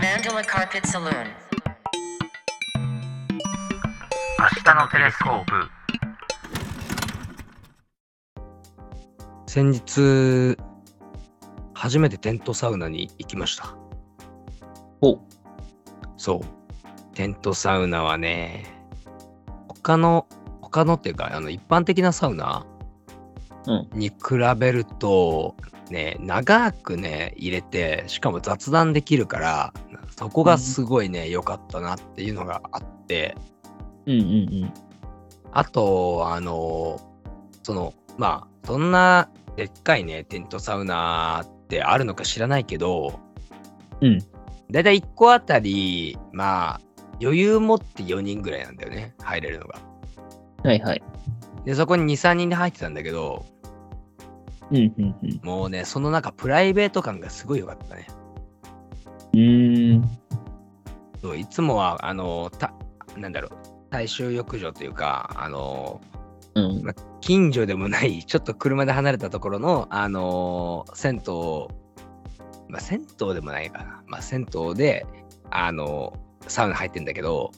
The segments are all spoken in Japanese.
Mandala Carpet Saloon. 明日のテレスコープ先日、初めてテントサウナに行きました。おそう。テントサウナはね、他の、他のっていうか、あの、一般的なサウナうんに比べると、ね、長くね、入れて、しかも雑談できるから、そこがすごいね、良かったなっていうのがあって、うんうんあと、あの、その、まあ、そんなでっかいね、テントサウナってあるのか知らないけど、うん。うん。だいたい1個あたり、まあ、余裕持って4人ぐらいなんだよね、入れるのが。はいはい。で、そこに2、3人で入ってたんだけど、うんうんうん。もうね、その中、プライベート感がすごい良かったね。うーん。そういつもは、あの、た、なんだろう、大衆浴場というか、あの、うん。近所でもない、 ちょっと車で離れたところの、あのー銭湯、まあ、銭湯でもないかな、まあ、銭湯で、あのーサウナ入ってんだけど、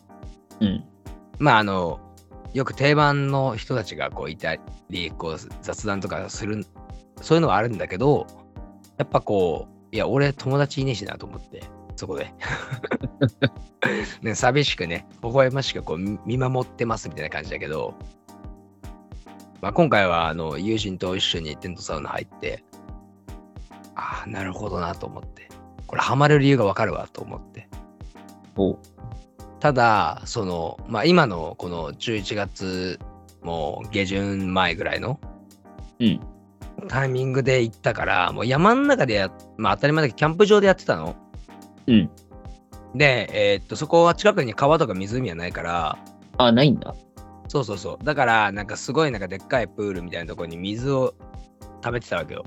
うん。まあ、あのよく定番の人たちがこういたり、こう雑談とかする、そういうのはあるんだけど、やっぱこう、いや、俺友達いねえしなと思って、そこで。ね、寂しくね、微笑ましくこう見見守ってますみたいな感じだけど、まあ、今回はあの友人と一緒にテントサウナ入って、ああ、なるほどなと思って、これハマる理由がわかるわと思って。おただその、まあ、今のこの11月もう下旬前ぐらいのうん。タイミングで行ったからもう山の中でや、まあ、当たり前だけどキャンプ場でやってたの。うん。で、えーっとそこは近くに川とか湖はないからあ、ないんだ。そうそうそうだからなんかすごいなんかでっかいプールみたいなところに水を溜めてたわけよ。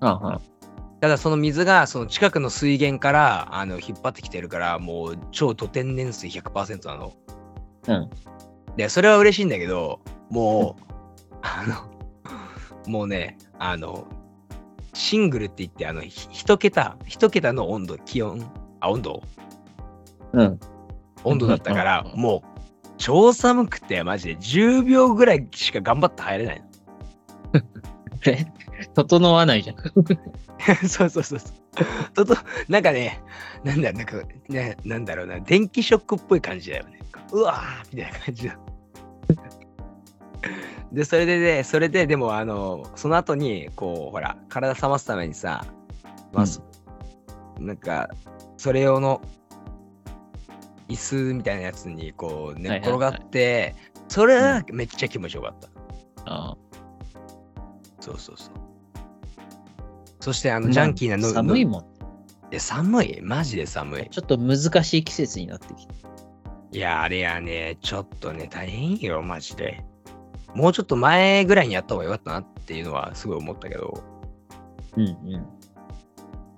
はあはあ。ただその水がその近くの水源からあの引っ張ってきてるからもう超土天然水100%なの。うん。でそれは嬉しいんだけどもうあのもうねあのシングルって言ってあのひ一桁一桁の温度気温あ温度うん。 温度だったからうんもう超寒くてマジで10秒ぐらいしか頑張って入れないの。え整わないじゃん。 そうそうそうそう。とと、なんかね、なんだ、なんか、ね、なんだろうな、電気ショックっぽい感じだよね。うわーみたいな感じだ。 で、それでね、それで、でも、あの、その後に、こう、ほら、体冷ますためにさ、まあ、そなんか、それ用の椅子みたいなやつに、こう、寝っ転がって、それはめっちゃ気持ちよかった。あそうそうそう。そして、あーの、ジャンキーなまのあ寒いもん。いや寒いマジで寒いちょっと難しい季節になってきて。いやあれやねちょっとね大変よマジでもうちょっと前ぐらいにやった方がよかったなっていうのはすごい思ったけどうんうん。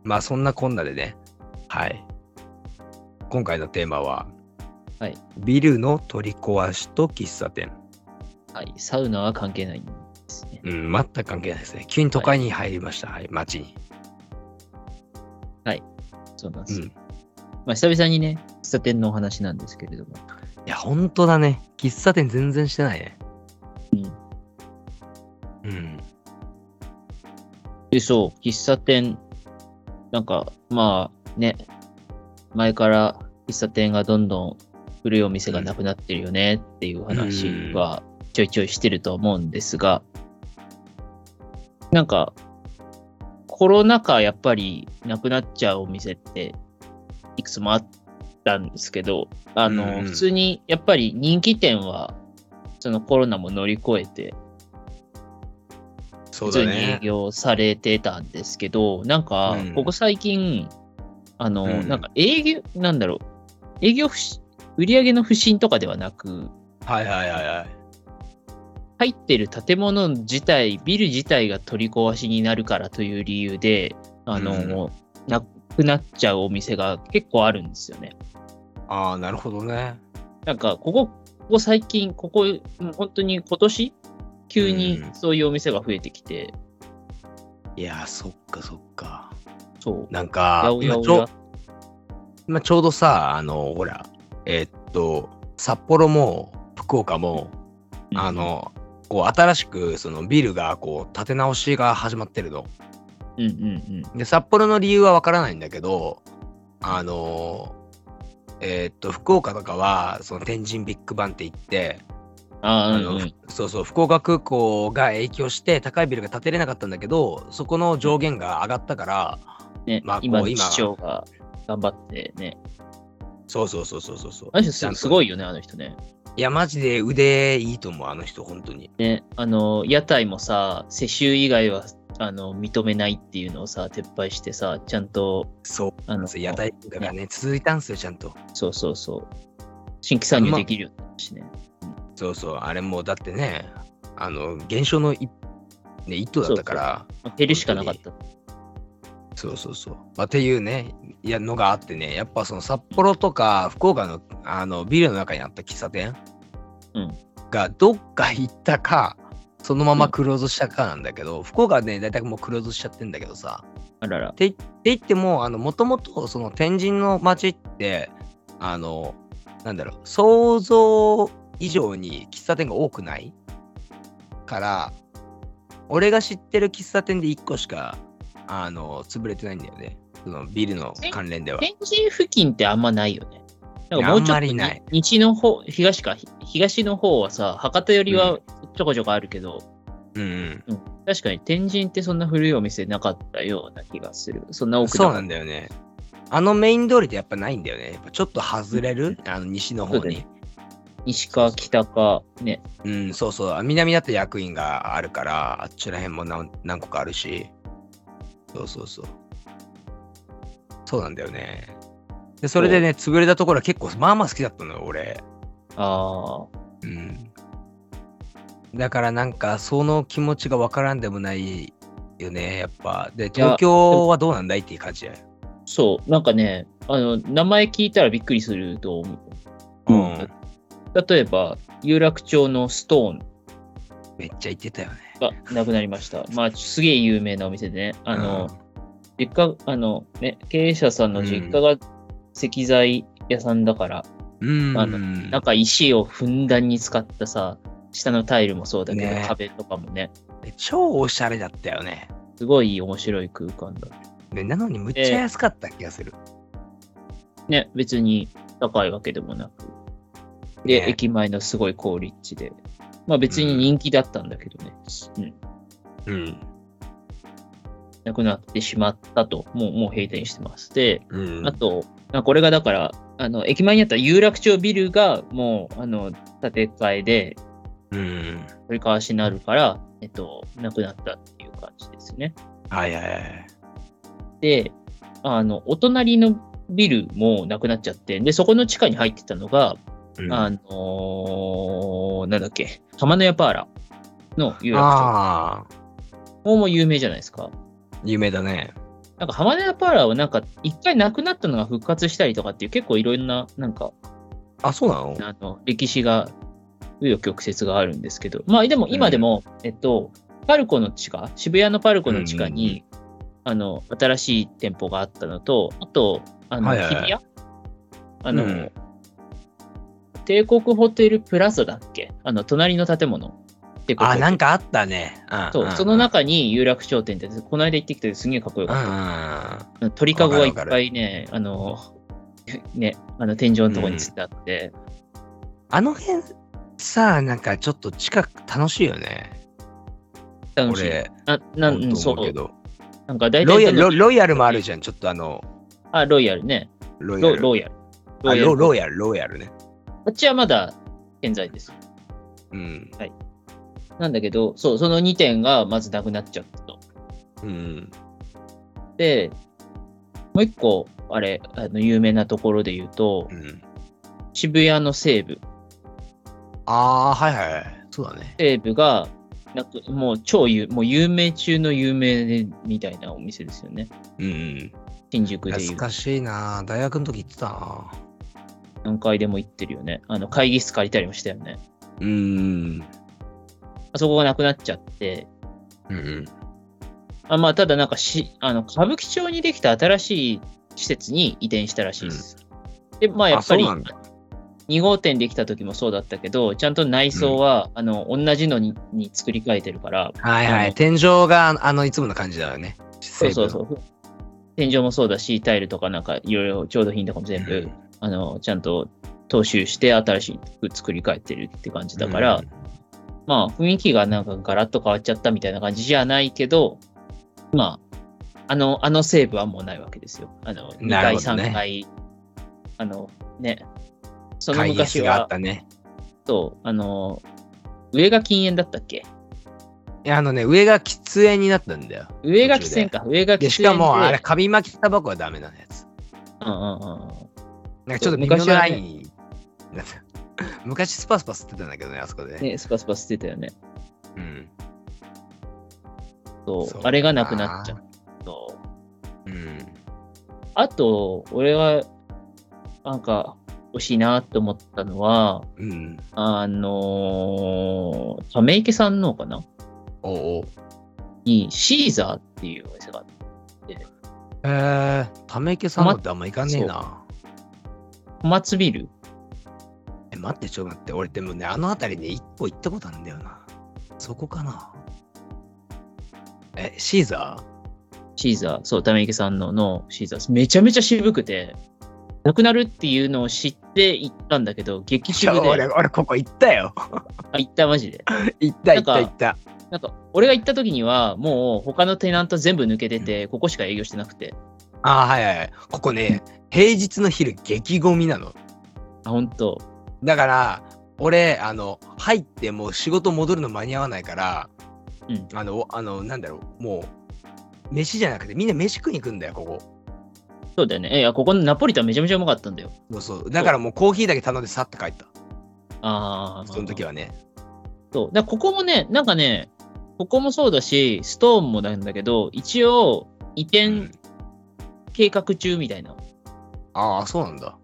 まあそんなこんなでねはい今回のテーマは、はいビルの取り壊しと喫茶店はい。サウナは関係ないんですね。うん全く関係ないですね急に都会に入りましたはい、街にそうなんでうすんいよ。まあ久々にね、喫茶店のお話なんですけれども。や本当だね喫茶店全然してないねうん。うんで、そう、喫茶店、なんか、まあね、前から喫茶店がどんどん古いお店がなくなってるよねっていう話はちょいちょいしてると思うんですが、なんか、コロナ禍やっぱりなくなっちゃうお店っていくつもあったんですけど、あの、うんうん普通にやっぱり人気店はそのコロナも乗り越えて、そ普うだ通に営ね業されてたんですけど、なんかうん、ここ最近、あの、うんなんか営業、なんだろう、営業不振売上の不振とかではなく、はいはいはいはい入ってる建物自体、ビル自体が取り壊しになるからという理由で、あの、なくなっちゃうお店が結構あるんですよね。ああなるほどねなんか、ここ、ここ最近、ここ、うん本当に今年、急にうんそういうお店が増えてきて、いやーそっかそっかそう。なんかやおやお今ちょや。まあ、ちょうどさ、あの、ほら、えーっと、札幌も福岡も、うんあ、の、こう新しくそのビルがこう建て直しが始まってるの。うんうんで、札幌の理由はわからないんだけど、あの、えーっと、福岡とかは、その天神ビッグバンって言って、うん。ああ、あうんのうん。そうそう、福岡空港が影響して、高いビルが建てれなかったんだけど、そこの上限が上がったから、ね、まあこう今の今市長が頑張ってね。そうそうそうそうそうそう。あの人すすごい。いよね、あの人ね。いや、マジで腕いいと思う、あの人、本当に。ね、あの、屋台もさ、世襲以外は、あの、認めないっていうのをさ、撤廃してさ、ちゃんと、そう。あの、屋台文化がね、続いたんすよ、ちゃんと。そうそうそう。新規参入できるようになったしね。そうそう、あれもうだってね、あの、減少の一,、ね、一途だったから、減るしかなかった。そうそうそう。まあ、っていうね、いや、のがあってね、やっぱその札幌とか福岡のあのビルの中にあった喫茶店うんが、どっか行ったか、そのままクローズしたかなんだけど、福岡はね、大体もうクローズしちゃってんだけどさ、あらら。って言っても、あの、もともと、その、天神の町って、あの、なんだろう、想像以上に喫茶店が多くないから、俺が知ってる喫茶店で1個しか、あの、潰れてないんだよね。その、ビルの関連では。天神付近ってあんまないよね。なんかもうちょっとあんまりないに西の方、東か、ひ東の方はさ、博多寄りうはちょこちょこあるけど、うんうん。確かに天神ってそんな古いお店なかったような気がする。そんな多くそうなだ。んだよね。あのメイン通りってやっぱないんだよね。やっぱちょっと外れる、あの西の方そうだにね。西か北か、ね。うん、そうそう。南だって役員があるから、あっちら辺も何何個かあるし。そうそうそう。そうなんだよね。で、それでね、潰れたところは結構、まあまあ好きだったのよ、俺。ああ、うん。だからなんか、その気持ちがわからんでもないよね、やっぱ。で、東京はどうなんだいっていう感じだよ。そう。なんかね、あの、名前聞いたらびっくりすると思う。ううんん。例えば、有楽町のストーンめっちゃ行ってたよね。がなくなりました。 まあ、すげえ有名なお店でね。あの、実家、あの、ね、経営者さんの実家が石材屋さんだから、うん、あうのんなん。か石をふんだんに使ったさ、下のタイルもそうだけど、ね壁とかもね、超おしゃれだったよね。すごい面白い空間だ。でなのに、むっちゃ安かった気がする。ね、別に高いわけでもなく。で、ね駅前のすごい好立地で。まあ別に人気だったんだけどね、うん。うん。なくなってしまったと、もうもう閉店してます。で、うんあと、まあこれがだから、あの駅前にあった有楽町ビルがもうあの建て替えでうん。取り交わしになるから、えっと、なくなったっていう感じですね。はいはいはい。で、あの、お隣のビルもなくなっちゃって、で、そこの地下に入ってたのが、うんあのーなんだっけ、玉の屋パーラの有楽町。ああ、ここも有名じゃないですか。有名だね。なんか浜の屋パーラはなんか、一回なくなったのが復活したりとかっていう、結構いろんな、なんか、あ、そうなのあの歴史が、紆余曲折があるんですけど、まあでも今でも、えっと、パルコの地下、渋谷のパルコの地下に、あの、新しい店舗があったのと、あと、あの、はいはい日はい比谷あの、うん帝国ホテルプラザだっけあの、隣の建物。帝国ホあ、テルなんかあったね。うんそう、んその中に有楽町店って、この間行ってきてすげえかっこようかんっうた。ん鳥かごがいっぱいね、あの、ね、あの天井のとこにつってあって、あの辺さ、なんかちょっと近く楽しいよね。楽しい。俺、な、な本ん、当そ思うけう。ど。なんか大体ロイヤそル、のロロイヤルもあるじゃん。ちょっとあの、あ、ロイヤルね。ロイヤロル。ロイヤル。あロイヤロル。ロイヤル、ロイヤルね。こっちはまだ健在です。うん。なんだけど、そう、その2点がまずなくなっちゃったと。うん。で、もう一個、あれ、あの、有名なところで言うとう、ん。渋谷の西部。ああ、はいはい。そうだね。西部が、なくもう超有もう有名中の有名でみたいなお店ですよね。うんうん。新宿でいう懐。かしいな。大学の時行ってたな。何回でも行ってるよね。あの、会議室借りたりもしたよね。うん。あそこがなくなっちゃって、うんうん。あまあ、ただなんかし、あの、歌舞伎町にできた新しい施設に移転したらしいです。で、まあやっぱそうりなんだ。 2号店できた時もそうだったけど、ちゃんと内装は、あの同じのにに作り変えてるから、はいあはのい。天井が、あの、いつもの感じだよね。そうそうう。そう。天井もそうだし、タイルとかなんかいろいろ調度品とかも全部、あの、ちゃんと踏襲して新しく作り変えてるって感じだから、うんまあ雰囲気がなんかガラッと変わっちゃったみたいな感じじゃないけど、まあ、あの、あのセーブはもうないわけですよ。あの、2な階、るほどね3階、あの、ね、その会議昔室があはっ、たね。そう、あの、上が禁煙だったっけいや、あのね、上が喫煙になったんだよ。上が喫煙か、上が喫煙で。で、しかも、あれ、カビ巻きタバコはダメなやつ。うんうんうんうん。なんかちょっと微妙なラインになった。 昔スパスパ吸ってたんだけどね、あそこでね。ね、スパスパしてたよね。うん。そうそうあれがなくなっちゃうと。うん。あと、俺は、なんか、惜しいなと思ったのは、うん。あのー、ため池さんのかなおうおう。に、シーザーっていうお店があって、えー、ため池さんのってあんま行かねえな。小松ビルえ、待って、ちょっと待って。俺、でもね、あの辺りね、一個行ったことあるんだよな。そこかな。え、シーザシーザー、そう、ため池さんののシーザー、めちゃめちゃ渋くて、なくなるっていうのを知って行ったんだけど、激ー渋 俺、で、俺、ここ行ったよ。 あ、行ったマジで。行った、行っなんた、か行った。なんか、俺が行った時には、もう他のテナント全部抜けてて、ここしか営業してなくて、あーはいはいはい。ここね、平日の昼、激ゴミなの。あ、本当だから、俺、あの、入ってもう仕事戻るの間に合わないから、うんあの、あの、なんだろう、もう、飯じゃなくて、みんな飯食いに行くんだよ、ここ。そうだよね。いや、ここのナポリタンめちゃめちゃうまかったんだよ。そうそう。だからもうコーヒーだけ頼んでさって帰った。ああ。その時は。はね。そう。だからここもね、なんかね、ここもそうだし、ストーンもなんだけど、一応、移う転ん、計画中みたいな。ああ、そうなんだ。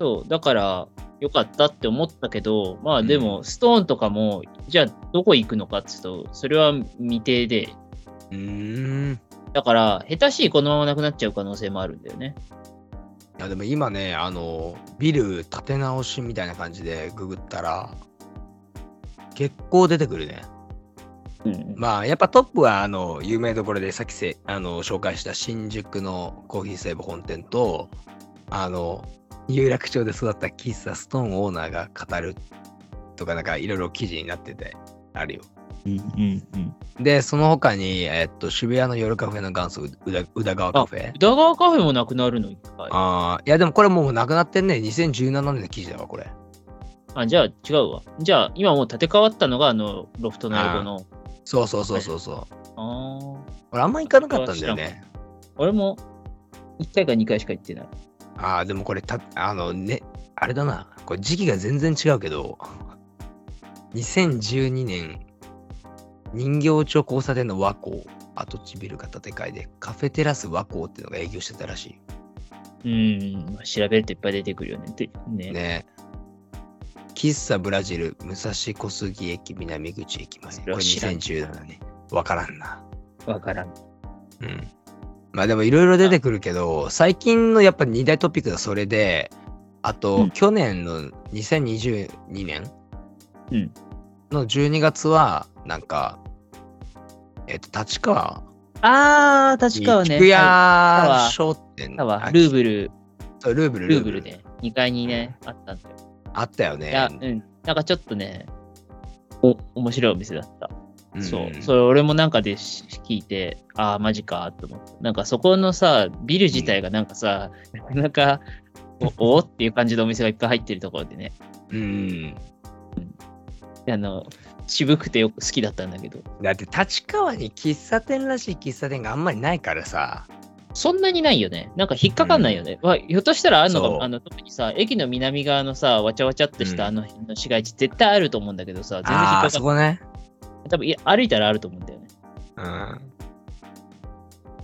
そう。だから、よかったって思ったけど、まあうんでも、ストーンとかも、じゃあ、どこ行くのかって言うと、それは未定で、うーん。いだから、下手しいこのままなくなっちゃう可能性もあるんだよね。や、でも今ね、あの、ビル建て直しみたいな感じでググったら、結構出てくるね。うん。まあ、やっぱトップは、あの、有名どころで、さっきせあの紹介した新宿のコーヒーセーブ本店と、あの、有楽町で育った喫茶ストーンオーナーが語るとか、なんかいろいろ記事になってて、あるよ。うんうんうん。で、その他に、えっと、渋谷の夜カフェの元祖、う宇田宇田川カフェ宇。田川カフェもなくなるの一回。あああ、いや、でもこれもうなくなってんね。2017年の記事だわ、これ。じゃあ違うわ。じゃあ、今もう建て替わったのが、あの、ロフトの横の。そうそうそうそうそう。ああ。俺、あんま行かなかったんだよね。俺も1回か2回しか行ってない。ああ、でもこれた、あのね、あれだな、これ時期が全然違うけど、2012年、人形町交差点の和光、跡地ビルが建て替えで、カフェテラス和光っていうのが営業してたらしうん、まあ調べるといっぱい出てくるよね。でねい。ね。喫茶ブラジル、武蔵小杉駅、南口駅前。こそれれは知らん2017年。わからんな。わからん。うん。まあでもいろいろ出てくるけど、最近のやっぱ2大トピックがそれで、あうとん去年の2022年うんの12月は、なんか、えっと、立川あー、立川ね。菊は屋商店いタワールーブル、ル、ルーブル、ルーブルで、2階にね、あったんだよ。あったよいや、うね。ん。なんかちょっとね、お、面白いお店だった。んそう。それ俺もなんかでし聞いて、ああ、マジかと思って。なんかそこのさ、ビル自体がなんかさ、なかなか、おおっていう感じのお店がいっぱい入ってるところでね。うん。あの、渋くてよく好きだったんだけど。だって立川に喫茶店らしい喫茶店があんまりないからさ。そんなにないよね。なんか引っかかんないよね。まあひょっとしたらあるのかそうも。あの特にさ、駅の南側のさ、わちゃわちゃっとしうたんあの辺の市街地、絶対あると思うんだけどさ、全然引っああー、かかそんこね。ない。多分いや歩いたらあると思うんだよね。うん。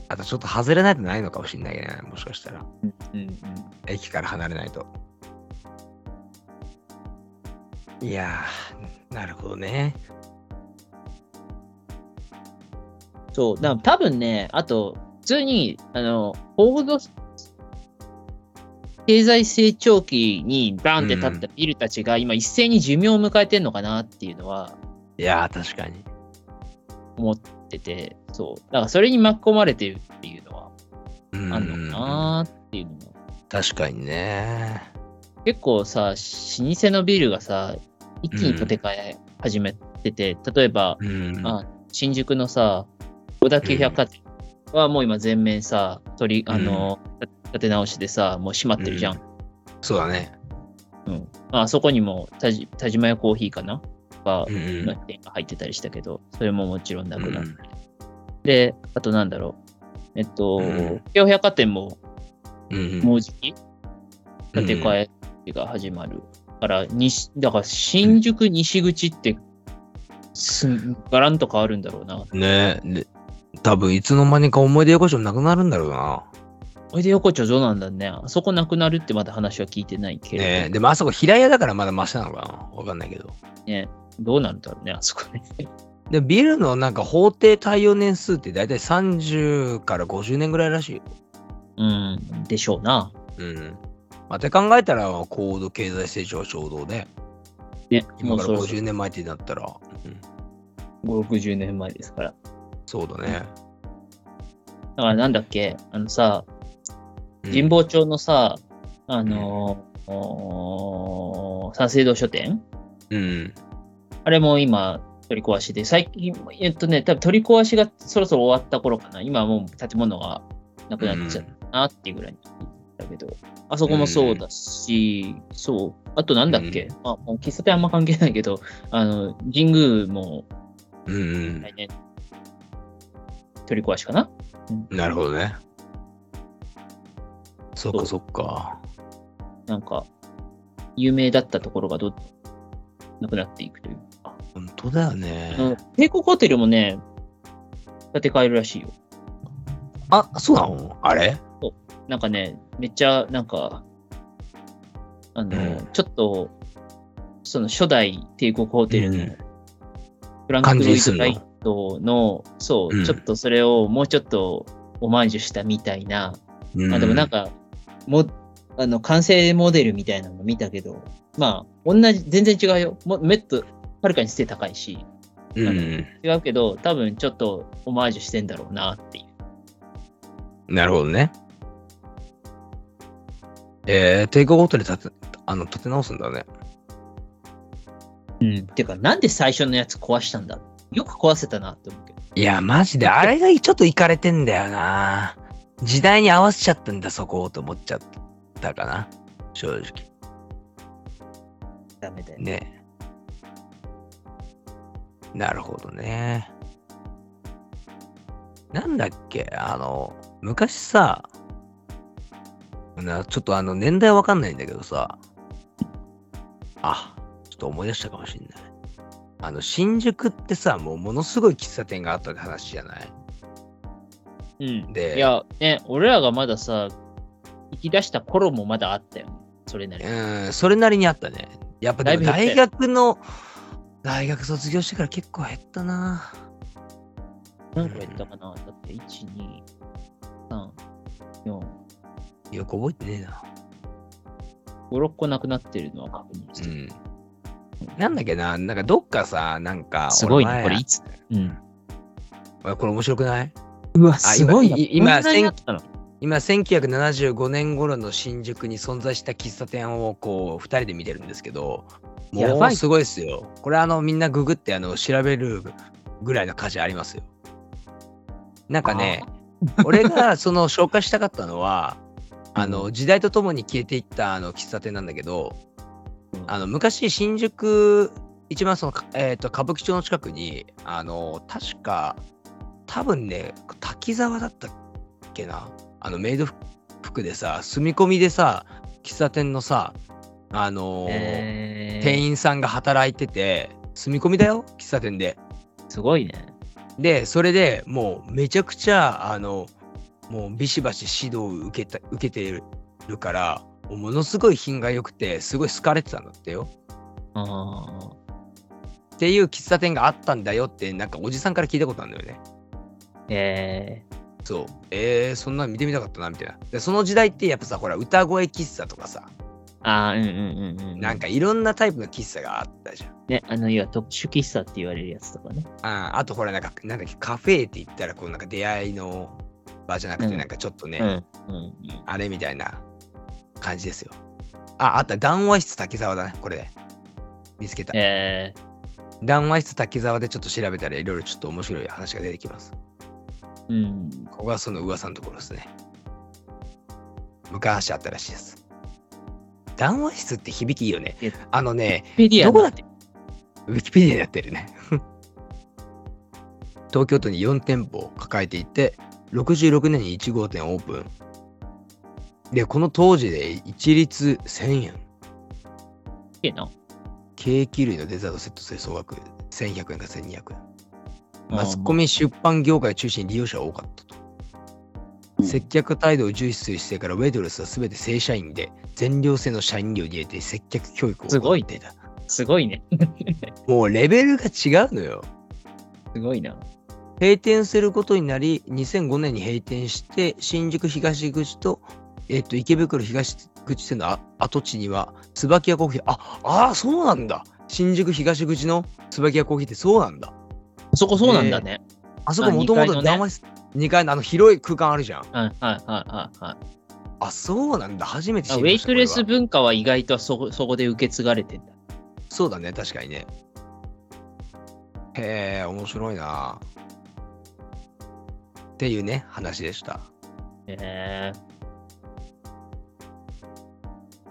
あとちょっと外れないとないのかもしれないね。もしかしたら。うんうん。駅から離れないと。いやー、なるほどね。そう、だから多分ね、あと、普通に、あの、報道経済成長期にバーンって立ったビルたちが今一斉に寿命を迎えてんのかなっていうのはうん。いやー、確かに。思ってて、そう。だからそれに巻き込まれてるっていうのはうんあんのかなっていうのも。確かにね。結構さ、老舗のビルがさ、一気に建て替え始めてて、例えば、うん。あ新宿のさ、小田急百貨店はもう今全面さ、取り、あの、建て直しでさ、もう閉まってるじゃん。そうだね。うん。まあそこにも田じ田島屋コーヒーかなが、うんうんの店が入ってたりしたけど、それももちろんなくなって。うんで、あとなんだろう。えっと、うん京王百貨店もうんもうじき建て替えが始まる。から、西、だから新宿西口って、すん、ガランと変わるんだろうな。ねえ、で多分いつの間にか思い出横丁なくなるんだろうな。おいで横丁どうなんだろうね。あそこなくなるってまだ話は聞いてないけれど、ねえ、でもあそこ平屋だからまだマシなのかなわかんないけど。ねどうなるんだろうね、あそこね。で、ビルのなんか法定耐用年数って大体30から50年ぐらいらしいよ。うん、でしょうな。うん。まあ、って考えたら高度経済成長はちょうどね、ね、今からもうそろそろ50年前ってなったら、うん5、60年前ですから。そうだね。だからなんだっけ、あのさ、うん神保町のさ、あのー、おー三省堂書店うん。あれも今、取り壊しで、最近、えっとね、多分取り壊しがそろそろ終わった頃かな。今はもう建物がなくなっちゃったなっていうぐらいだけど、あそこもそうだし、そう、あとなんだっけ、まあ、もう喫茶店あんま関係ないけど、あの、神宮もうんうん。来年、取り壊しかななるほどね。そっかそっか。なんか、有名だったところがどんどんなくなっていくというか。本当だよあね。の帝国ホテルもね、建て替えるらしいよ。あ、そうなのあれなんかね、めっちゃ、なんか、あの、うんちょっと、その初代帝国ホテルうのん、フランク・感ロじイにすんド・のライトの、そう、うんちょっとそれをもうちょっとオマージュしたみたいな、うまあでもなんか、もあの完成モデルみたいなの見たけど、まあ、同じ、全然違うよ。もめっと、はるかに背高いし、うん。違うけど、多分ちょっとオマージュしてんだろうなっていう。なるほどね。えー、帝国ホテル建て、あの、建て直すんだね。うん。てか、なんで最初のやつ壊したんだよく壊せたなって思うけど。いや、マジで、あれがちょっといかれてんだよな。時代に合わせちゃったんだ、そこをと思っちゃったかな。正直。ダメだよね。ね。なるほどね。なんだっけ、あの、昔さ、なちょっとあの、年代わかんないんだけどさ、あ、ちょっと思い出したかもしんない。あの、新宿ってさ、もうものすごい喫茶店があったって話じゃないうん。でいや、ね、俺らがまださ、行き出した頃もまだあったよね。それなりに。うん、それなりにあったね。やっぱでもだいぶ減大ったよ学の、大学卒業してから結構減ったな。何個やったかなだって、1、2、3、4、よく覚えてねえな。 5、6個なくなってるのは確認してる。なんだっけな、なんかどっかさ、なんか、すごいね、俺これ前いつ。うん。あこれ面白くないうわ、すごいな今、こんなにあっったの。今、1975年頃の新宿に存在した喫茶店を、こう、二人で見てるんですけど、やもばういすごいですよ。これ、あの、みんなググって、あの、調べるぐらいの価値ありますよ。なんかね、俺が、その、紹介したかったのは、あの、時代とともに消えていった、あの、喫茶店なんだけど、あの昔、新宿、一番その、かえー、と歌舞伎町の近くに、あの確か、多分ね、滝沢だったっけな、あのメイド服服でさ、住み込みでさ、喫茶店のさ、あのーえー店員さんが働いてて、住み込みだよ、喫茶店で。すごいね。で、それでもう、めちゃくちゃ、あのもうビシバシ指導を受けた受けてるから、もうものすごい品が良くて、すごい好かれてたんだってよ。あっていう喫茶店があったんだよって、なんかおじさんから聞いたことあるんだよね。ーえそう。えー、そんなん見てみたかったな、みたいな。で、その時代ってやっぱさ、ほら、歌声喫茶とかさ、ああ、うんうんうんうん。なんかいろんなタイプの喫茶があったじゃん。ね、あの、いわ特殊喫茶って言われるやつとかね。あーあとほら、なんか、なんだっけ、カフェって言ったら、こう、なんか出会いの場じゃなくて、うんなんかちょっとね、うん。うんうん。あれみたいな感じですよ。あ、あった、談話室滝沢だね、これ。見つけた。え談話室滝沢でちょっと調べたらいろいろちょっと面白い話が出てきます。ー、うん。ここがその噂のところですね。昔あったらしいです。談話室って響きいいよねえ。あのね、ペディアどこだのっけウィキペディアになってるね。東京都に4店舗を抱えていて、66年に1号店オープン。で、この当時で一律1000円。けな。ケーキ類のデザートセット制総額1100円か1200円。まマスコミ出版業界を中心に利用者は多かったと。うん接客態度を重視する姿勢からウェイトレスは全て正社員で全寮制の社員寮に入れて接客教育をすご行いっていた。すごいね。もうレベルが違うのよ。すごいな。閉店することになり2005年に閉店して新宿東口と,、えっと池袋東口店のあ跡地には椿屋コーヒーああーそうなんだ新宿東口の椿屋コーヒーってそうなんだそこそうなんだね。あそこあもともと二階談の話室2階のあの広い空間あるじゃんはいはいはいはいはい。あそうなんだ初めてあ知りウェまイしたトレスこれは文化は意外とそこそこで受け継がれてんだ。そうだね確かにねへえ面白いなっていうね話でしたへ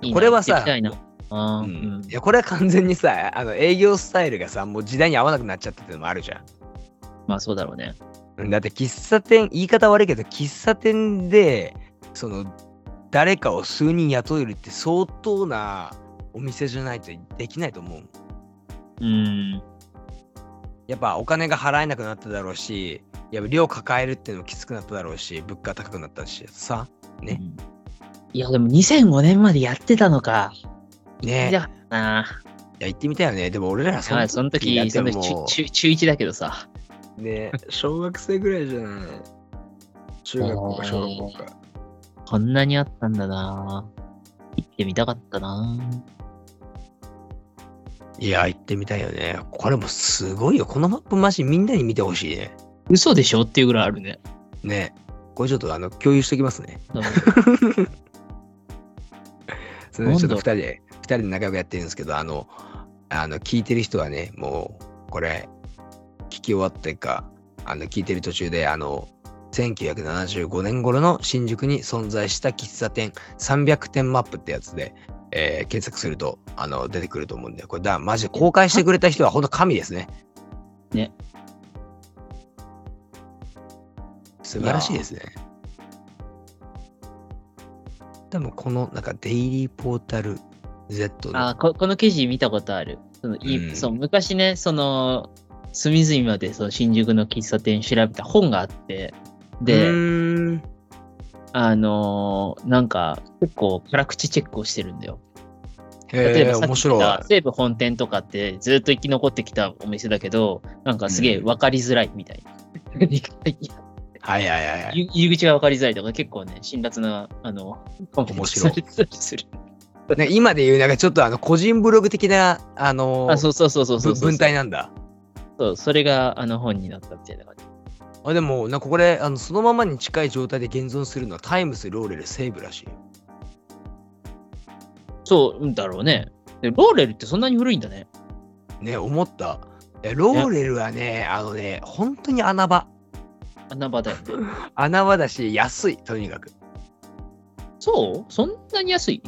えこれはさみたいな。あーうんいやこれは完全にさあの営業スタイルがさもう時代に合わなくなっちゃったっていうのもあるじゃんまあそうだろうね。うんだって喫茶店言い方悪いけど喫茶店でその誰かを数人雇えるって相当なお店じゃないとできないと思ううん。やっぱお金が払えなくなっただろうしやっぱ量抱えるっていうのもきつくなっただろうし物価高くなったしさねうん。いやでも2005年までやってたのか。ねじゃあな。いや行ってみたいよねでも俺らそはい、そのの時時、そのだっても時う中中中1だけどさ。ね小学生ぐらいじゃない中学校か小学校かこんなにあったんだな。行ってみたかったな。いや、行ってみたいよね。これもすごいよ。このマップマジみんなに見てほしいね。嘘でしょっていうぐらいあ るね。ね。これちょっとあの共有しておきますね。それでちょっとなんだ2人で、二人で仲良くやってるんですけど、あの、あの聞いてる人はね、もうこれ、聞き終わってか、あの聞いてる途中で、あの、1975年頃の新宿に存在した喫茶店300点マップってやつで、えー検索するとあの出てくると思うんで、これだ、マジで公開してくれた人は本当神ですね。ね。素晴らしいですね。多分このなんかデイリーポータル Z のあここの記事見たことある。そのいうんそう昔ね、その隅々までその新宿の喫茶店調べた本があって、で、うーんあのーなんか結構辛口チェックをしてるんだよ。例えへばーさっ面き言白っいた。西武本店とかってずっと生き残ってきたお店だけど、なんかすげえ分かりづらいみ たいな。 はいはいはいはい。入入り口が分かりづらいとか結構ね、辛辣な、あの、コンフェンスさ れてたりする。なんか今で言うなんかちょっとあの個人ブログ的なあのあ、そうそうそうそうそうぶそう。文体なんだ。そう、それがあの本になったみたいな感じ。あでもなんかこれあのそのままに近い状態で現存するのはタイムスローレルセーブらしいよ。そううんだろうね。でローレルってそんなに古いんだね。ね思った。いやローレルはねあのね本当に穴場穴場だよ ね。穴場だし安いとにかく。そうそんなに安い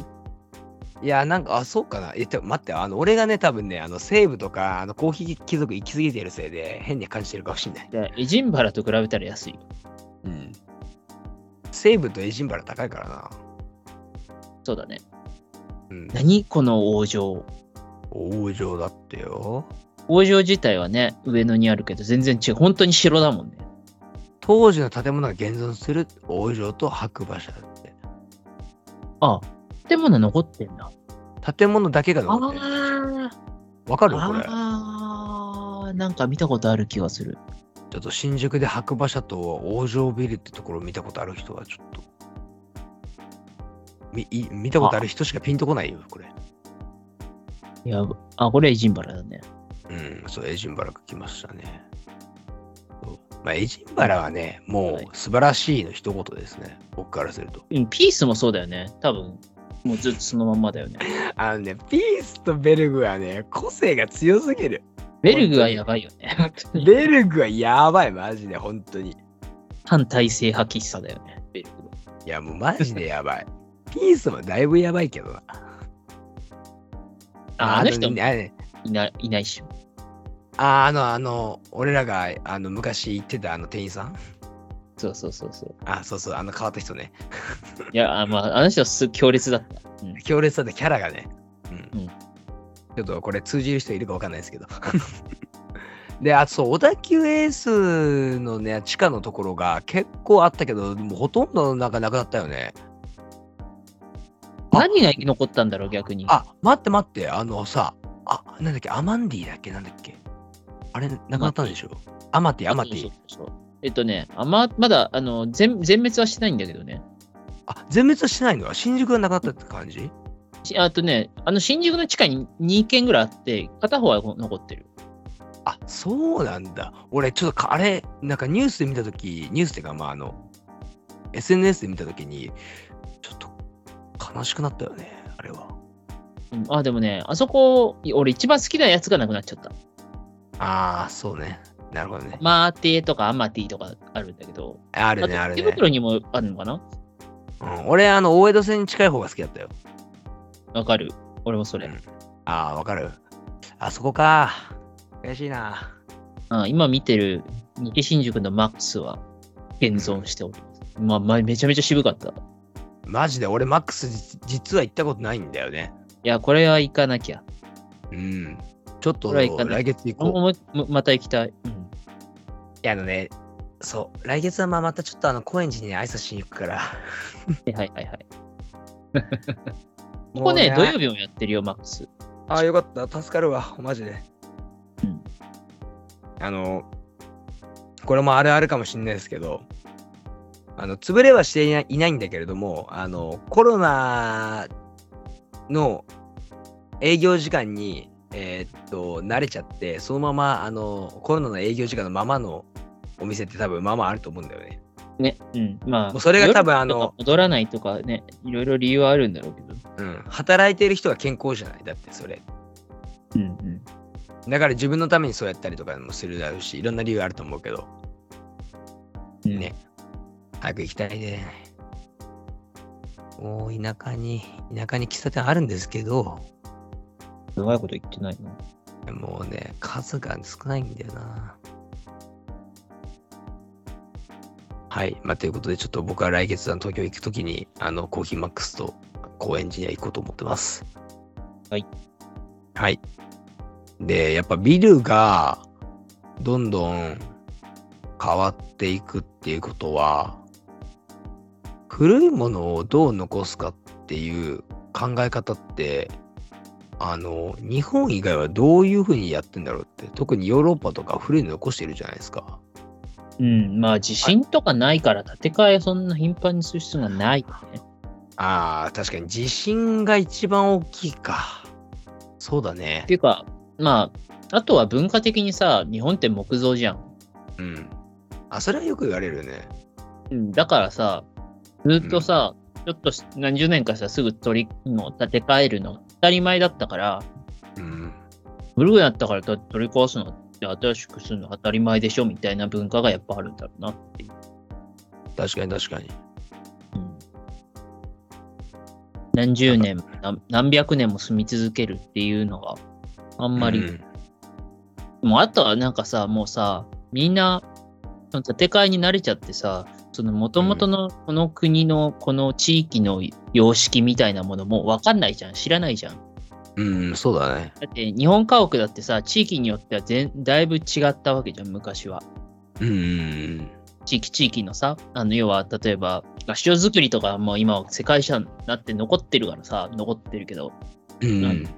いやなんかあそうかな。えて待ってあの俺がね多分ねあのセーブとかあのコーヒー貴族行き過ぎてるせいで変に感じてるかもしれない。でエジンバラと比べたら安い。うん。セーブとエジンバラ高いからな。そうだね。うん。何この王城。王城だってよ。王城自体はね、上野にあるけど、全然違う。本当に城だもんね。当時の建物が現存する王城と白馬車だって。あ、建物残ってんだ。建物だけがあ残ってる。ーわかるこれ。あー、なんか見たことある気がする。ちちょっと新宿で白馬社と王城ビルってところを見たことある人はちょっと。みい見たことある人しかピンとこないよ、これ。いや、あ、これエジンバラだね。うん、そう、エジンバラが来ましたね。そうまあ、エジンバラはね、もはいう素晴らしいの一言ですね、僕からすると。うん、ピースもそうだよね。多分、もうずっとそのまんまだよね。 あのね、ピースとベルグはね、個性が強すぎる。ベルグはやばいよね。本当にベルグはやばい、マジで、本当に。反体制派喫茶だよね。ベルグいや、もうマジでやばい。 ピースもだいぶやばいけどな。ああの人もねあれいないないし。ああの、あの、俺らがあの昔行ってたあの店員さんそうそうそうそう。あ、そうそう、あの変わった人ね。いや、あまあ、あの人はす強烈だった。強烈だったキャラがね。うん。うんちょっとこれ通じる人いるかわかんないですけど。 で、あとそう、小田急エースのね、地下のところが結構あったけど、もうほとんどなんかなくなったよね。何が残ったんだろう、逆に。あ、待って待って、あのさ、あ、なんだっけ、アマンディだっけ、なんだっけ。あれ、なくなったんでしょアマティ、アマテそィう。そうそうえっとね、あままだあの全全滅はしてないんだけどね。あ、全滅はしてないの新宿がなくなったって感じしあとね、あの新宿の地下に2軒ぐらいあって、片方は残ってる。あ、そうなんだ。俺、ちょっとか、あれ、なんかニュースで見たとき、ニュースっていうか、まあ、あの、SNS で見たときに、ちょっと悲しくなったよね、あれは。うん、あ、でもね、あそこ、い俺一番好きなやつがなくなっちゃった。ああ、そうね。なるほどね。マーティーとかアマティーとかあるんだけど、ああるね、ある手ね。袋にもあるのかなうん、俺、あの、大江戸線に近い方が好きだったよ。わかる。俺もそれ。ああ、わかる。あそこか。悔しいな。あ今見てる西新宿のマックスは現存しております。まあ、まあ、めちゃめちゃ渋かった。いマジで俺マックスじ実は行ったことないんだよね。や、これは行かなきゃ。うん。ちょっとこれは行かない来月行もこう。うもうまた行きたい。うん、いやあのね、そう、来月はまあまたちょっとあの高円寺に挨拶しに行くから。はいはいはいはい。ここね、土曜日もやってるよ、マックス。ああ、よかった。助かるわ。マジで。うんあの、これもあるあるかもしれないですけど、あの、潰れはしていないいないんだけれども、あの、コロナの営業時間に、えーっと、慣れちゃって、そのまま、あの、コロナの営業時間のままのお店って多分、まあまああると思うんだよね。ね、うん、まもあ。うそれが多分夜あの戻らないとかね、いろいろ理由はあるんだろうけど。うん。働いてる人は健康じゃない。だって、それ。うんうん。だから自分のためにそうやったりとかもするだろうし、いろんな理由あると思うけど。うんね早く行きたいね。もう田舎に、田舎に喫茶店あるんですけど、長いこと言ってないな。もうね、数が少ないんだよな。はい。まあ、ということで、ちょっと僕は来月あの東京行くときに、あの、コーヒーマックスと高円寺には行こうと思ってます。はい。はい。で、やっぱビルが、どんどん変わっていくっていうことは、古いものをどう残すかっていう考え方って、あの、日本以外はどういうふうにやってんだろうって、特にヨーロッパとか古いの残してるじゃないですか。うん、まあ地震とかないから建て替えそんな頻繁にする必要がないよね。ああ、確かに地震が一番大きいか。そうだねって。いうか、まあ、あとは文化的にさ、日本って木造じゃん。うん。あ、それはよく言われるね。うん、だからさ、ずっとさ、ちょっとし何十年かさ、すぐ取りの建て替えるの当たり前だったから、うん。古くなったからと取り壊すのって新しくするの当たり前でしょみたいな文化がやっぱあるんだろうなっていう。確かに確かに。うん、何十年も何、何百年も住み続けるっていうのがあんまり、うんもうあとはなんかさ、もうさ、みんな、その建て替えに慣れちゃってさ、その元々のこの国のこの地域の様式みたいなものも分かんないじゃん、知らないじゃん。うん、そうだね。だって日本家屋だってさ、地域によっては全だいぶ違ったわけじゃん、昔は。うんうん地域地域のさ、あの要は例えば合掌造りとかはもう今は世界遺産になって残ってるからさ、残ってるけど、うん。うんう。うん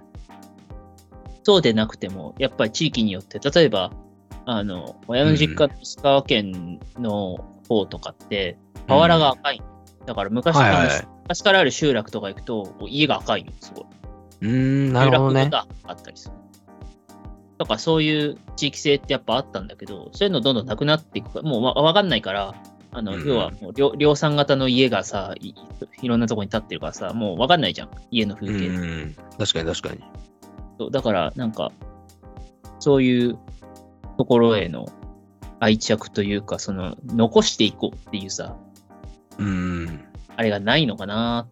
そうでなくても、やっぱり地域によって、例えば、あの、親の実家の石川県の方とかって、瓦が赤い。だから昔,、はいはいはいあの昔からある集落とか行くと、家が赤いよ、すごい。うーん、なるほど集ね。落があったりする。だからそういう地域性ってやっぱあったんだけど、そういうのどんどんなくなっていくから、もうわわかんないから、あの、うん要はもう量量産型の家がさい、いろんなとこに建ってるからさ、もうわかんないじゃん、家の風う景。ん、確かに確かに。そうだから、なんか、そういうところへの愛着というか、その、残していこうっていうさ、うん、あれがないのかな。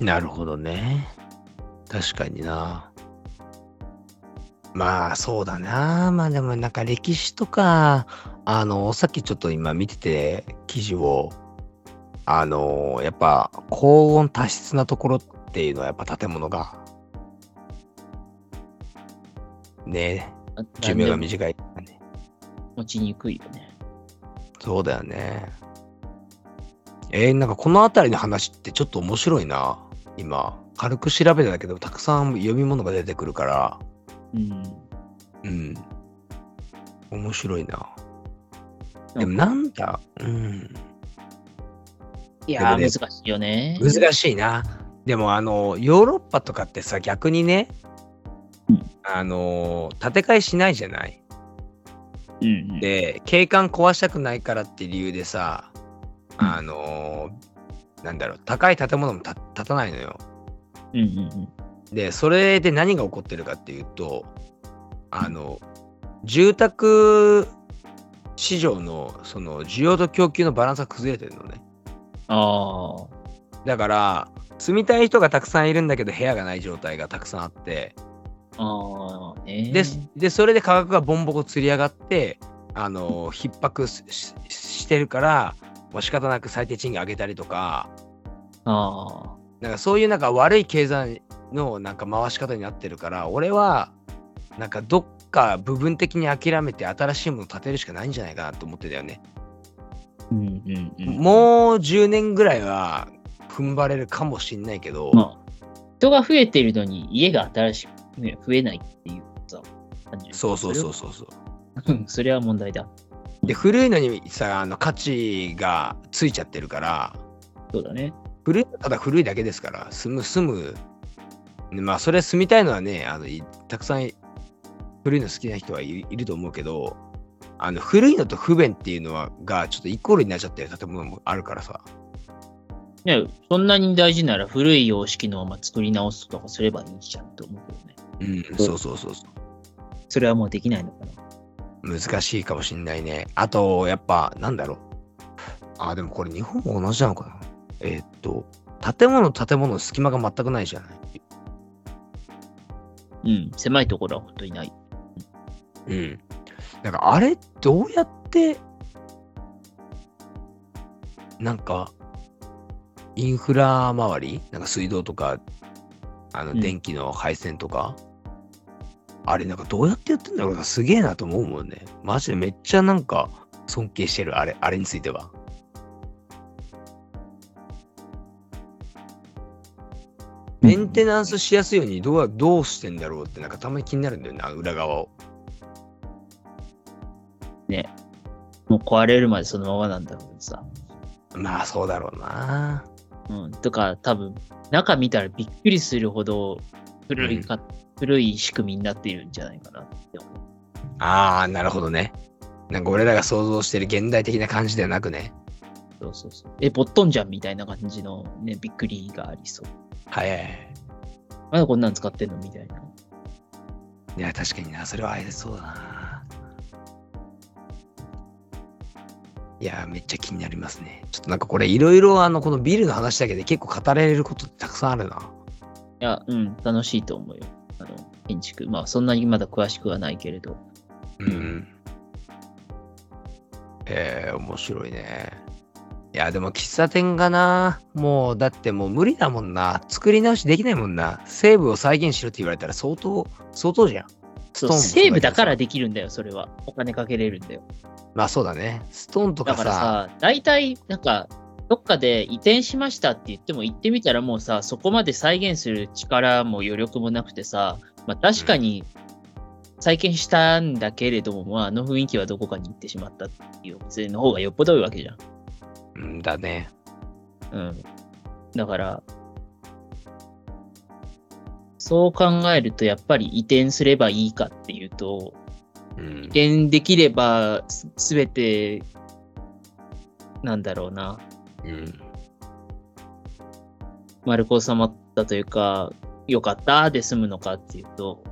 なるほどね。確かにな。まあそうだな。まあでもなんか歴史とか、あの、さっきちょっと今見てて、記事を、あの、やっぱ高温多湿なところっていうのはやっぱ建物が、ね、あ寿命が何で短い、ね。も持ちにくいよね。そうだよね。えー、なんかこの辺りの話ってちょっと面白いな。今、軽く調べただけど、たくさん読み物が出てくるから、うん。うん。面白いな。でもなんだ、うん。いやでー、もね難しいよね。難しいな。でも、あの、ヨーロッパとかってさ、逆にねうん、あの、建て替えしないじゃない。うんうん、で景観壊したくないからって理由でさあのーなんだろう高い建物もた建たないのようんうんでそれで何が起こってるかっていうとあの住宅市場のその需要と供給のバランスが崩れてるのねああ、だから住みたい人がたくさんいるんだけど部屋がない状態がたくさんあってああ、ねででそれで価格がボンボコつり上がってあの逼迫しししてるからもう仕方なく最低賃金上げたりとかああ、なんかそういうなんか悪い経済のなんか回し方になってるから俺はなんかどっか部分的に諦めて新しいものを建てるしかないんじゃないかなと思ってたよね、うんうんうん。もう10年ぐらいは踏ん張れるかもしんないけど、まあ、人が増えてるのに家が新しく、ね、増えないっていうさ、感じそうそうそうそうそうそれはそれは問題だ。で古いのにさあの価値がついちゃってるからそうだね。古いただ古いだけですから住む住むまあそれ住みたいのはねあのいたくさんい古いの好きな人はいいると思うけどあの古いのと不便っていうのはがちょっとイコールになっちゃってる建物もあるからさね、そんなに大事なら古い様式のまま作り直すとかすればいいじゃんと思うけどね。うんそうそうそうそうそれはもうできないのかな。難しいかもしんないねあとやっぱなんだろうあでもこれ日本も同じなのかなえーっと建物と建物の隙間が全くないじゃないうん、狭いところは本当にない。うん。なんかあれ、どうやって、なんか、インフラ周りなんか水道とか、あうの、ん電気の配線とか、あれ、なんかどうやってやってんだろうな、すげえなとも思うもんね。マジでめっちゃなんか、尊敬してる、あれ、あれについては。メンテナンスしやすいようにどうやどうしてんだろうってなんかたまに気になるんだよね、あの裏側を。もう壊れるまでそのままなんだろうけどさ。まあそうだろうな。うん、とか多分中見たらびっくりするほど古いか、古い仕組みになっているんじゃないかなって思う。ああ、なるほどね。なんか俺らが想像してる現代的な感じではなくね。そうそうそう。え、ぼっとんじゃんみたいな感じのね、びっくりがありそう。はいはいはい。まだこんなん使ってんのみたいな。いや、確かにな。それはありそうだな。いや、めっちゃ気になりますね。ちょっとなんかこれいろいろあの、このビルの話だけで結構語れることってたくさんあるな。いや、うん、楽しいと思うよ。あの、建築。まあ、そんなにまだ詳しくはないけれど。うん。えー、面白いね。いや、でも喫茶店がな、もうだってもう無理だもんな。作り直しできないもんな。西部を再現しろって言われたら相当、相当じゃん。スそトーンもう、セーブだからそうだけできるんだよ、それは。お金かけれるんだよ。どさまあそうだね。ストーンとだかさ、からさ、大体、なんか、どっかで移転しましたって言っても、行ってみたらもうさ、そこまで再現する力も余力もなくてさ、まあ、確かに、再建したんだけれども、まあ、あの雰囲気はどこかに行ってしまったっていうお店の方がよっぽど多いわけじゃん。うんだね。うん。だから、そう考えると、やっぱり移転すればいいかっていうと、うん移転できればすすべて、なんだろうな、うん丸く収まったというか、良かったで済むのかっていうと、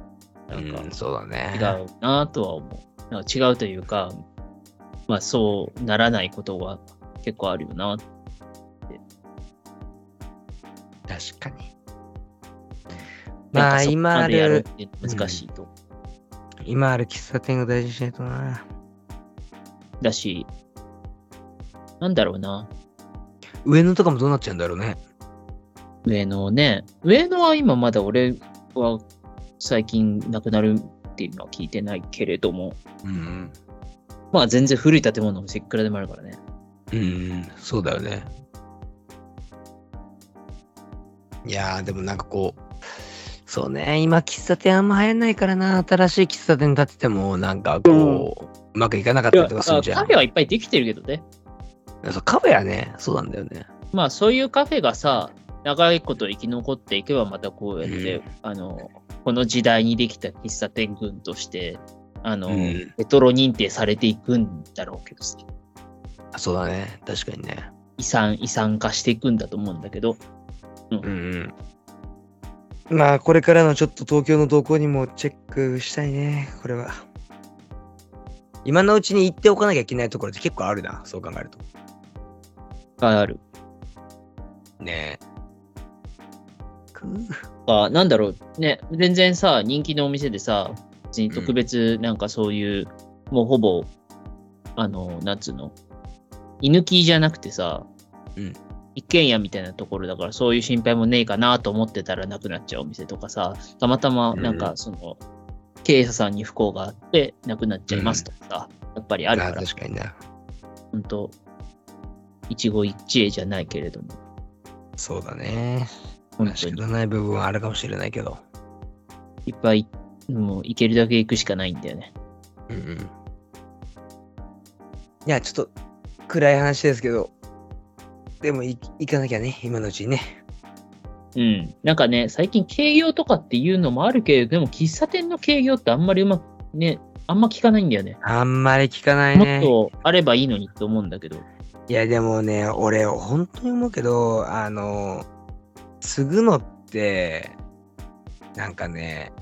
なんかうん、そうだね。違うなとは思う。なんか違うというか、まあそうならないことは結構あるよな。確かに。まあ、今あでやろうっる、て難しいと思う。今ある喫茶店が大事にしないとな。だし、なんだろうな。上野とかもどうなっちゃうんだろうね。上野ね。上野は今まだ俺は最近亡くなるっていうのは聞いてないけれども、うん。まあ全然古い建物のいくらでもあるからね。うん、そうだよね。いやー、でもなんかこう、そうね、今、喫茶店あんま流行んないからな、新しい喫茶店建てても、なんかこう、うまくいかなかっいたやりとかするじゃカんフ。ェはいっぱいできてるけどね。そうカフェはね、そうなんだよね。まあそういうカフェがさ、長いこと生き残っていけばまたこうやって、うんあの、この時代にできた喫茶店群として、あの、うんレトロ認定されていくんだろうけどさ、あそうだね、確かにね。遺産、遺産化していくんだと思うんだけど、うん、うん。まあ、これからのちょっと東京の動向にもチェックしたいね、これは。今のうちに行っておかなきゃいけないところって結構あるな、そう考えると。がある。ねか、なんだろう、ね、全然さ、人気のお店でさ、別に特別なんかそういう、もうほぼ、あの、なんつうの、居抜きじゃなくてさ、うん一軒家みたいなところだから、そういう心配もねえかなと思ってたらなくなっちゃうお店とかさ、たまたまなんうかその、経営者さんに不幸があって、なくなっちゃいますとかさ、やっぱりあるから、確かにな。本当一期一会じゃないけれども、そうだね。本当仕に方ない部分はあるかもしれないけど。いっぱい、もう行けるだけ行くしかないんだよね。うんうん。いや、ちょっと暗い話ですけど、でもい行かなきゃね、今のうちにね。うん。なんかね、最近営業とかっていうのもあるけれど、でも喫茶店の営業ってあんまりうまくね、あんま聞かないんだよね。あんまり聞かないもねっ。とあればいいのにって思うんだけど。いや、でもね、俺、本当に思うけど、あの、継ぐのって、なんかね、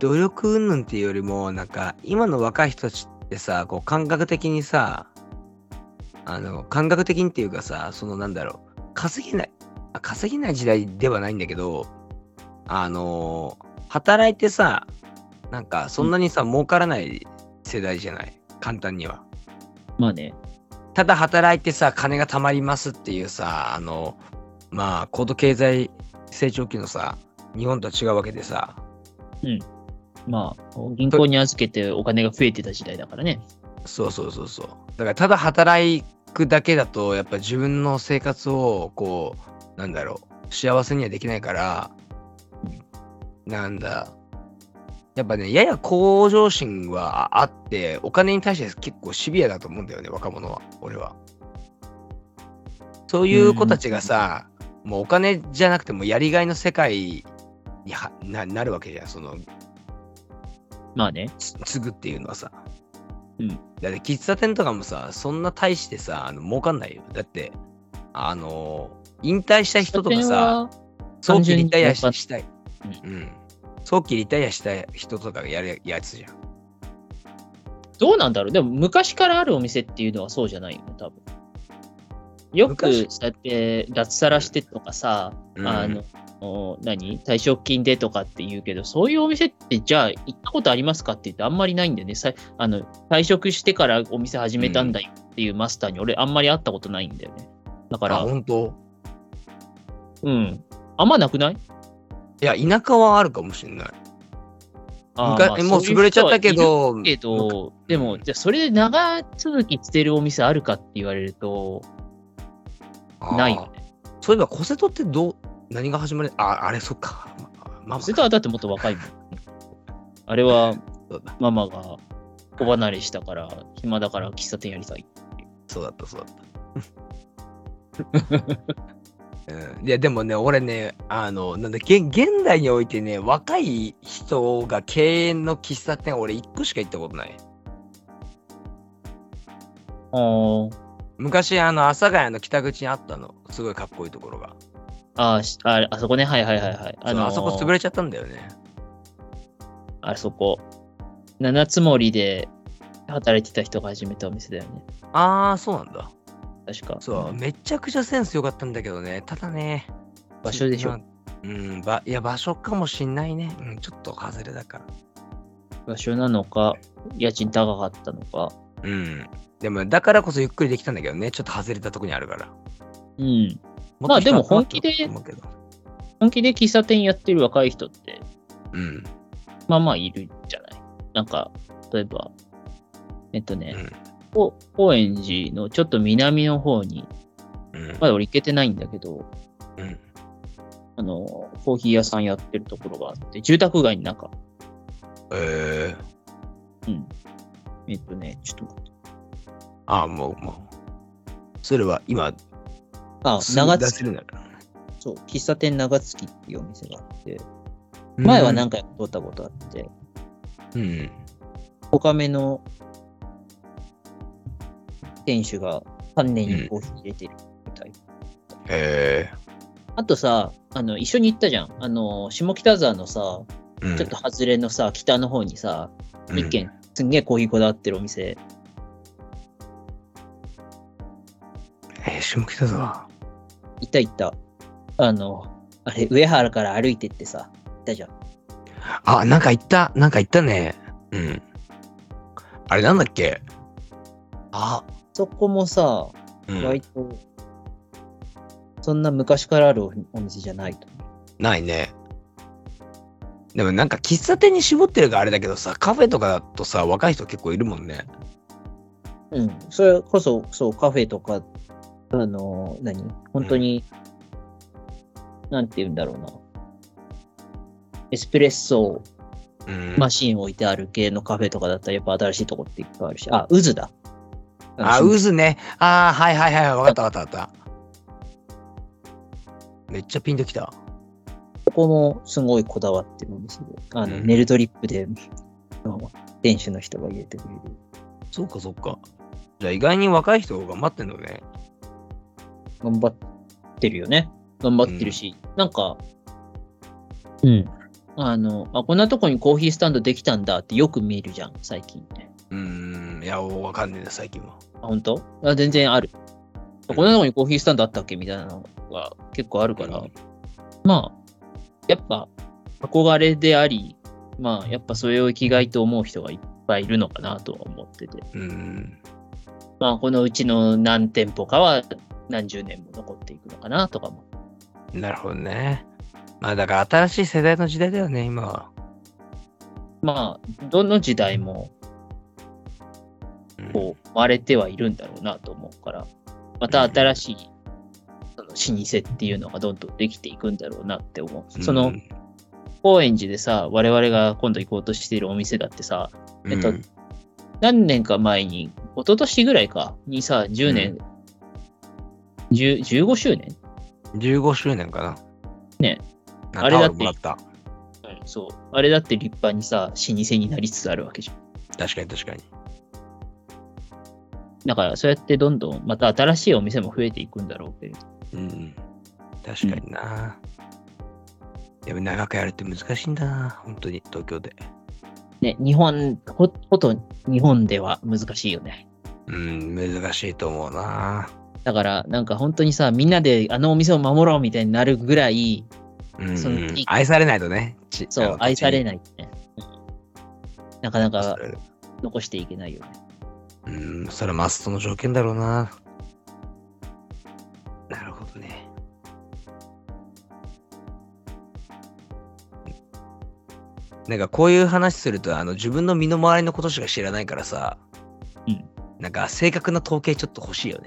努力云々っていうよりも、なんか、今の若い人たちってさ、こう、感覚的にさ、あの、感覚的にっていうかさ、その、なんだろう、稼げない、あ稼げない時代ではないんだけど、あの、働いてさ、なんか、そんなにさ、儲からない世代じゃない、簡単には。まあね。ただ働いてさ、金が貯まりますっていうさ、あの、まあ、高度経済成長期のさ、日本とは違うわけでさ、まあ、銀行に預けてお金が増えてた時代だからね。そうそうそうそう。だから、ただ働くだけだと、やっぱ自分の生活を、こう、なんだろう、幸せにはできないから、なんだ、やっぱね、やや向上心はあって、お金に対して結構シビアだと思うんだよね、若者は、俺は。そういう子たちがさ、もうお金じゃなくてもやりがいの世界にはななるわけじゃん、そのまあね。つ継ぐっていうのはさ。うんだって喫茶店とかもさ、そんな大してさ、あの儲かんないよ。だって、あの引退した人とかさ、喫茶店は、早期リタイア単純しにしたい、うん。早期リタイアした人とかがやるやつじゃん。どうなんだろうでも昔からあるお店っていうのはそうじゃないよね、多分。よく、昔そうやって脱サラしてとかさ、うんあの、お何退職金でとかって言うけど、そういうお店って、じゃあ行ったことありますかって言ってあんまりないんだよね。さあの退職してからお店始めたんだよっていうマスターに俺あんまり会ったことないんだよね。だかあ、ら、本当うん。あんまなくないいや、田舎はあるかもしれない。あー昔まあもう潰れちゃったけそういう人はど、いるけど、でも、じゃあそれで長続きしてるお店あるかって言われると、あーないよね。そういえば、コセトってどう、何が始まるあ、あれ、そっか。ままあまあそれとはだってもっと若いもん。あれはそうだ、ママが子離れしたから、暇だから喫茶店やりたい。そうだった、そうだった。 うん、いやでもね、俺ね、あの、なんだ、げ現代においてね、若い人が経営の喫茶店、俺1個しか行ったことない。あー昔、あの、阿佐ヶ谷の北口にあったの。すごいかっこいいところが。あーしあ、あそこね、はいはいはいはい。あのーあそこ潰れちゃったんだよね。あそこ。七つ森で働いてた人が始めたお店だよね。ああ、そうなんだ。確か。そう、めちゃくちゃセンス良かったんだけどね。ただね。場所でしょ。うん、ばいや、場所かもしんないね。うん、ちょっと外れだから。場所なのか、家賃高かったのか。うん。でも、だからこそゆっくりできたんだけどね。ちょっと外れたとこにあるから。うん。っとまあでも人集まっ本気でたと思うけど本気で喫茶店やってる若い人って、うん。まあまあいるんじゃないなんか、例えば、えっとね、うんこ高円寺のちょっと南の方に、うん。まだ俺行けてないんだけど、うんあの、コーヒー屋さんやってるところがあって、住宅街になんか、えー、うん。えっとね、ちょっと待って、ああ、もう、もう。それは今、あ、すぐ長出せ月るんだから。そう、喫茶店長月っていうお店があって、前はな何回か通ったことあって、うん。おかめの店主が丹念にコーヒー入れてるみたい。えあとさ、あの、一緒に行ったじゃん。あの、下北沢のさ、ーうんちょっと外れのさ、北の方にさ、一軒、すんげえコーヒーこだわってるお店。えー、下北沢。いたいた。あの、あれ、上原から歩いてってさ、行ったじゃん。あ、なんか行った、なんか行ったね。うん。あれなんだっけあ、そこもさ、う割ん、と、そんな昔からあるおお店じゃないと。ないね。でもなんか喫茶店に絞ってるからあれだけどさ、カフェとかだとさ、若い人結構いるもんね。うん、それこそ、そう、カフェとか、あの、何本当に、なんて言うんだろうな。エスプレッソうん。マシン置いてある系のカフェとかだったら、やっぱ新しいとこっていっぱいあるし、あ、渦だ。あ、の渦ね。あーはいはいはい。わかったわかったわかった。めっちゃピンときた。そこもすごいこだわってるんですよ。あの、うんネルドリップで、あの店主の人が入れてくれる。そうかそうか。じゃあ意外に若い人が待ってんのね。頑張ってるよね。頑張ってるし、なんか、うん。あの、あ、こんなとこにコーヒースタンドできたんだってよく見るじゃん、最近。うーん。いや、わかんねえな、最近は。あ、本当？あ、全然ある。うんこんなとこにコーヒースタンドあったっけみたいなのが結構あるから、まあ、やっぱ憧れであり、まあ、やっぱそれを生きがいと思う人がいっぱいいるのかなとは思ってて。うーん。まあ、このうちの何店舗かは何十年も残っていくのかなとかも。なるほどね。まあだから新しい世代の時代だよね、今は。まあ、どの時代もうんこう割れてはいるんだろうなと思うから、また新しいその老舗っていうのがどんどんできていくんだろうなって思う。その、高円寺でさ、我々が今度行こうとしているお店だってさ、うんえっと何年か前に、一昨年ぐらいか、にさ、10年、10 15周年15周年かな。ねなんかあれだタってオルもらった。そう。あれだって立派にさ、老舗になりつつあるわけじゃん。確かに確かに。だから、そうやってどんどん、また新しいお店も増えていくんだろうけれど。うん。確かにな。でも長くやるって難しいんだな、本当に、東京で。ね、日本、ほ、ほと日本では難しいよね。うん、難しいと思うな。だから、なんか本当にさ、みんなであのお店を守ろうみたいになるぐらい、うんうんその地域愛されないとね。ちそあうの、愛され土ないね。なかな地にか愛される残していけないよね。うん、それマストの条件だろうな。なるほどね。なんかこういう話するとあの自分の身の回りのことしか知らないからさ、うんなんか正確な統計ちょっと欲しいよ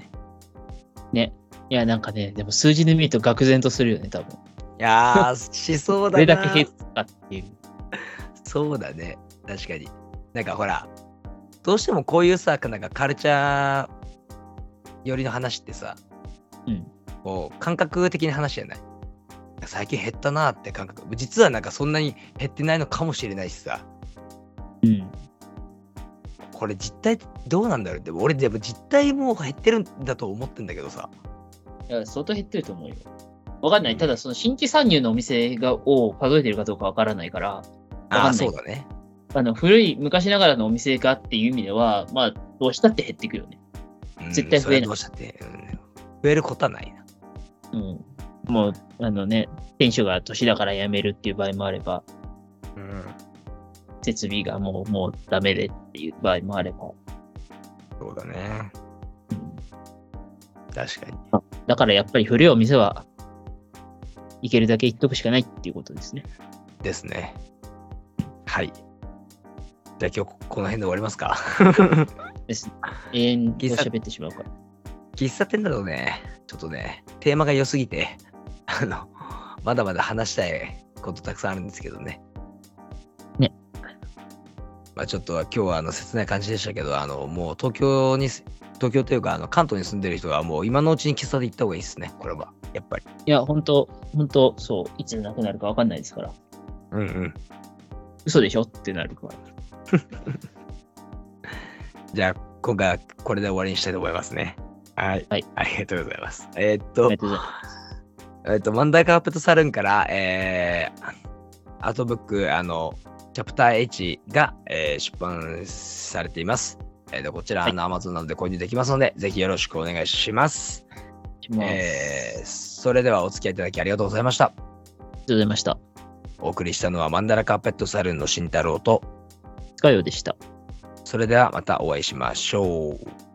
ね。いや、なんかね、でも数字で見ると愕然とするよね、多分。 いやー、しそうこだれな。だけ減ったっていう。そうだね。確かに。なんかほら、どうしてもこういうさ、なんかカルチャー寄りの話ってさ、うんこう感覚的な話じゃない。最近減ったなーって感覚。実はなんかそんなに減ってないのかもしれないしさ、うん。これ実態どうなんだろうって、俺でも実態も減ってるんだと思ってんだけどさ。いや、相当減ってると思うよ。わかんない。ただ、その新規参入のお店がを数えてるかどうかわからないから、わあかあ、んないそうだね。あの、古い昔ながらのお店がっていう意味では、まあ、どうしたって減っていくよね。うん絶対増それえないはどうしたって、うん増えることはないな。うん。もう、あのね、店主が年だから辞めるっていう場合もあれば、うん。設備がもう、もうダメでっていう場合もあれば。そうだね。うん確かに。だからやっぱり古いお店は、行けるだけ行っとくしかないっていうことですね。ですね。はい。じゃあ今日この辺で終わりますか。 永遠と喋ってしまうから。喫茶店だとね、ちょっとね、テーマが良すぎて、 あの、まだまだ話したいことたくさんあるんですけどね。ね。まあちょっと今日はあの切ない感じでしたけど、あの、もう東京に、東京というかあの関東に住んでる人はもう今のうちに喫茶店行った方がいいですね、これは。やっぱり。いや、本当本当そう、いつなくなるかわかんないですから。うんうん。嘘でしょってなるから。じゃあ今回はこれで終わりにしたいと思いますね。はい。はいありがとうございます。えーっあとりが、とうございます。えっと、マンダーカーペットサルーンから、えー、アートブック、あの、チャプター H が、えー出版されています。えっと、こちら、はいあの、Amazon などで購入できますので、ぜひよろしくお願いします。しますえーそれではお付き合いいただきありがとうございました。ありがとうございました。お送りしたのはマンダラカーペットサルーンの慎太郎と、かよでした。それではまたお会いしましょう。